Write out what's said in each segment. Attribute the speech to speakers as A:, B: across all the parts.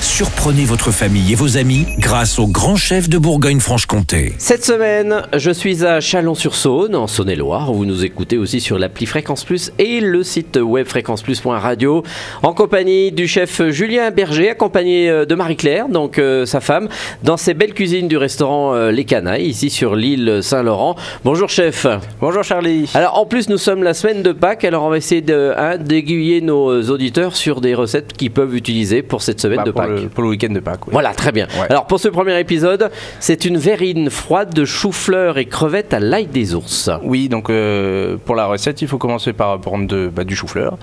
A: Surprenez votre famille et vos amis grâce au grand chef de Bourgogne-Franche-Comté.
B: Cette semaine, je suis à Chalon-sur-Saône, en Saône-et-Loire. Vous nous écoutez aussi sur l'appli Fréquence Plus et le site web fréquenceplus.radio en compagnie du chef Julien Berger, accompagné euh, de Marie-Claire, donc euh, sa femme, dans ses belles cuisines du restaurant euh, Les Canailles, ici sur l'île Saint-Laurent. Bonjour chef.
C: Bonjour Charlie.
B: Alors en plus, nous sommes la semaine de Pâques, alors on va essayer de, hein, d'aiguiller nos auditeurs sur des recettes qu'ils peuvent utiliser pour cette semaine
C: Bah,
B: de
C: pour,
B: Pâques.
C: le, pour le week-end de Pâques. oui.
B: Voilà, très bien.
C: Ouais.
B: Alors pour ce premier épisode, c'est une verrine froide de chou-fleur et crevettes à l'ail des ours.
C: Oui, donc euh, pour la recette, il faut commencer par prendre de- bah, du chou-fleur.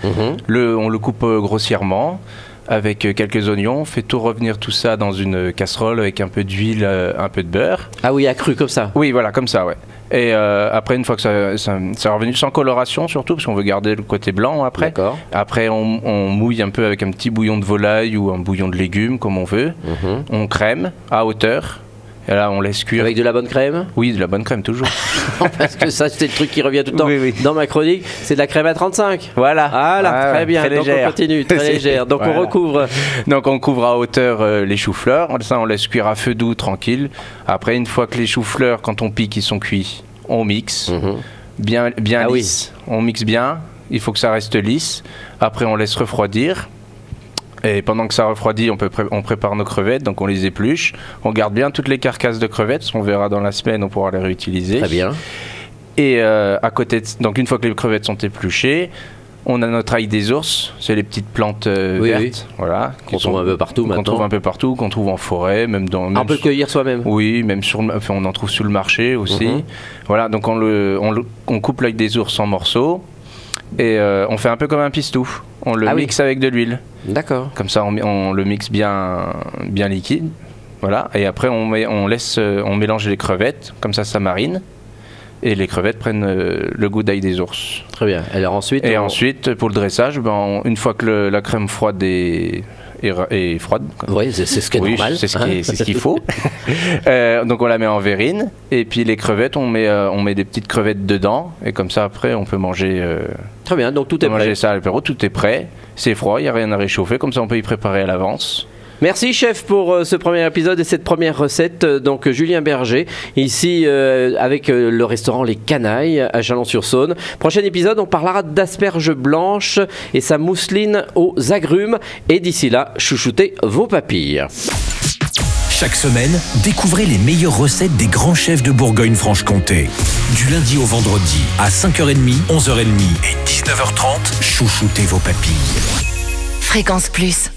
C: Le- on le coupe euh, grossièrement avec euh, quelques oignons. On fait tout revenir tout ça dans une euh, casserole avec un peu d'huile, euh, un peu de beurre.
B: Ah oui, accru comme ça.
C: Oui, voilà, comme ça, ouais. Et euh, après, une fois que ça, ça, ça est revenu sans coloration, surtout, parce qu'on veut garder le côté blanc après.
B: D'accord.
C: Après, on, on mouille un peu avec un petit bouillon de volaille ou un bouillon de légumes, comme on veut.
B: Mhm.
C: On crème à hauteur. Et là, on laisse cuire.
B: Avec de la bonne crème
C: Oui, de la bonne crème, toujours.
B: Non, Parce que ça, c'est le truc qui revient tout le temps
C: Oui, oui.
B: dans ma chronique. C'est de la crème à 35. Voilà. Voilà,
C: Ouais,
B: très
C: ouais,
B: bien.
C: très
B: Donc on
C: légère.
B: continue, très
C: C'est-
B: légère. Donc on
C: Voilà.
B: recouvre.
C: Donc on couvre à hauteur euh, les choux-fleurs, ça on laisse cuire à feu doux tranquille. Après une fois que les choux-fleurs quand on pique ils sont cuits, on mixe
B: Mhm.
C: bien bien
B: Mm. Ah oui.
C: lisse. On mixe bien, il faut que ça reste lisse. Après on laisse refroidir. Et pendant que ça refroidit, on, peut pré- on prépare nos crevettes, donc on les épluche. On garde bien toutes les carcasses de crevettes, parce qu'on verra dans la semaine, on pourra les réutiliser.
B: Très bien.
C: Et euh, à côté, de- donc une fois que les crevettes sont épluchées, on a notre ail des ours, c'est les petites plantes euh,
B: Oui,
C: vertes,
B: oui.
C: voilà,
B: Qu'on trouve un peu partout
C: qu'on trouve
B: maintenant.
C: un peu partout, qu'on trouve en forêt, même dans.
B: On
C: même
B: peut
C: sur-
B: cueillir soi-même.
C: oui, même sur, le- enfin, on en trouve sur le marché aussi.
B: Mhm.
C: Voilà, donc on, le, on, le- on coupe l'œil des ours en morceaux et euh, on fait un peu comme un pistou. On le
B: Ah oui.
C: mixe avec de l'huile.
B: D'accord.
C: Comme ça, on, met- on le mixe bien, bien liquide. Voilà. Et après, on, met- on laisse, euh, on mélange les crevettes. Comme ça, ça marine. Et les crevettes prennent euh, le goût d'ail des ours.
B: Très bien. Alors ensuite.
C: Et
B: on-
C: ensuite, pour le dressage, ben, on- une fois que le- la crème froide est, est, est froide,
B: Oui, c'est c'est ce qui est
C: oui,
B: normal.
C: C'est ce
B: hein.
C: qui est- c'est ce qu'il faut. Euh, donc on la met en verrine et puis les crevettes, on met, euh, on met des petites crevettes dedans et comme ça après on peut manger, euh,
B: Très bien. Donc tout est
C: manger
B: prêt.
C: ça à l'apéro, tout est prêt, c'est froid, il n'y a rien à réchauffer, comme ça on peut y préparer à l'avance.
B: Merci chef pour euh, ce premier épisode et cette première recette. Euh, Donc euh, Julien Berger, ici euh, avec euh, le restaurant Les Canailles à Chalon-sur-Saône. Prochain épisode, on parlera d'asperges blanches et sa mousseline aux agrumes. Et d'ici là, chouchoutez vos papilles.
A: Chaque semaine, découvrez les meilleures recettes des grands chefs de Bourgogne-Franche-Comté. Du lundi au vendredi, à 5h30, 11h30 et 19h30, chouchoutez vos papilles.
D: Fréquence Plus.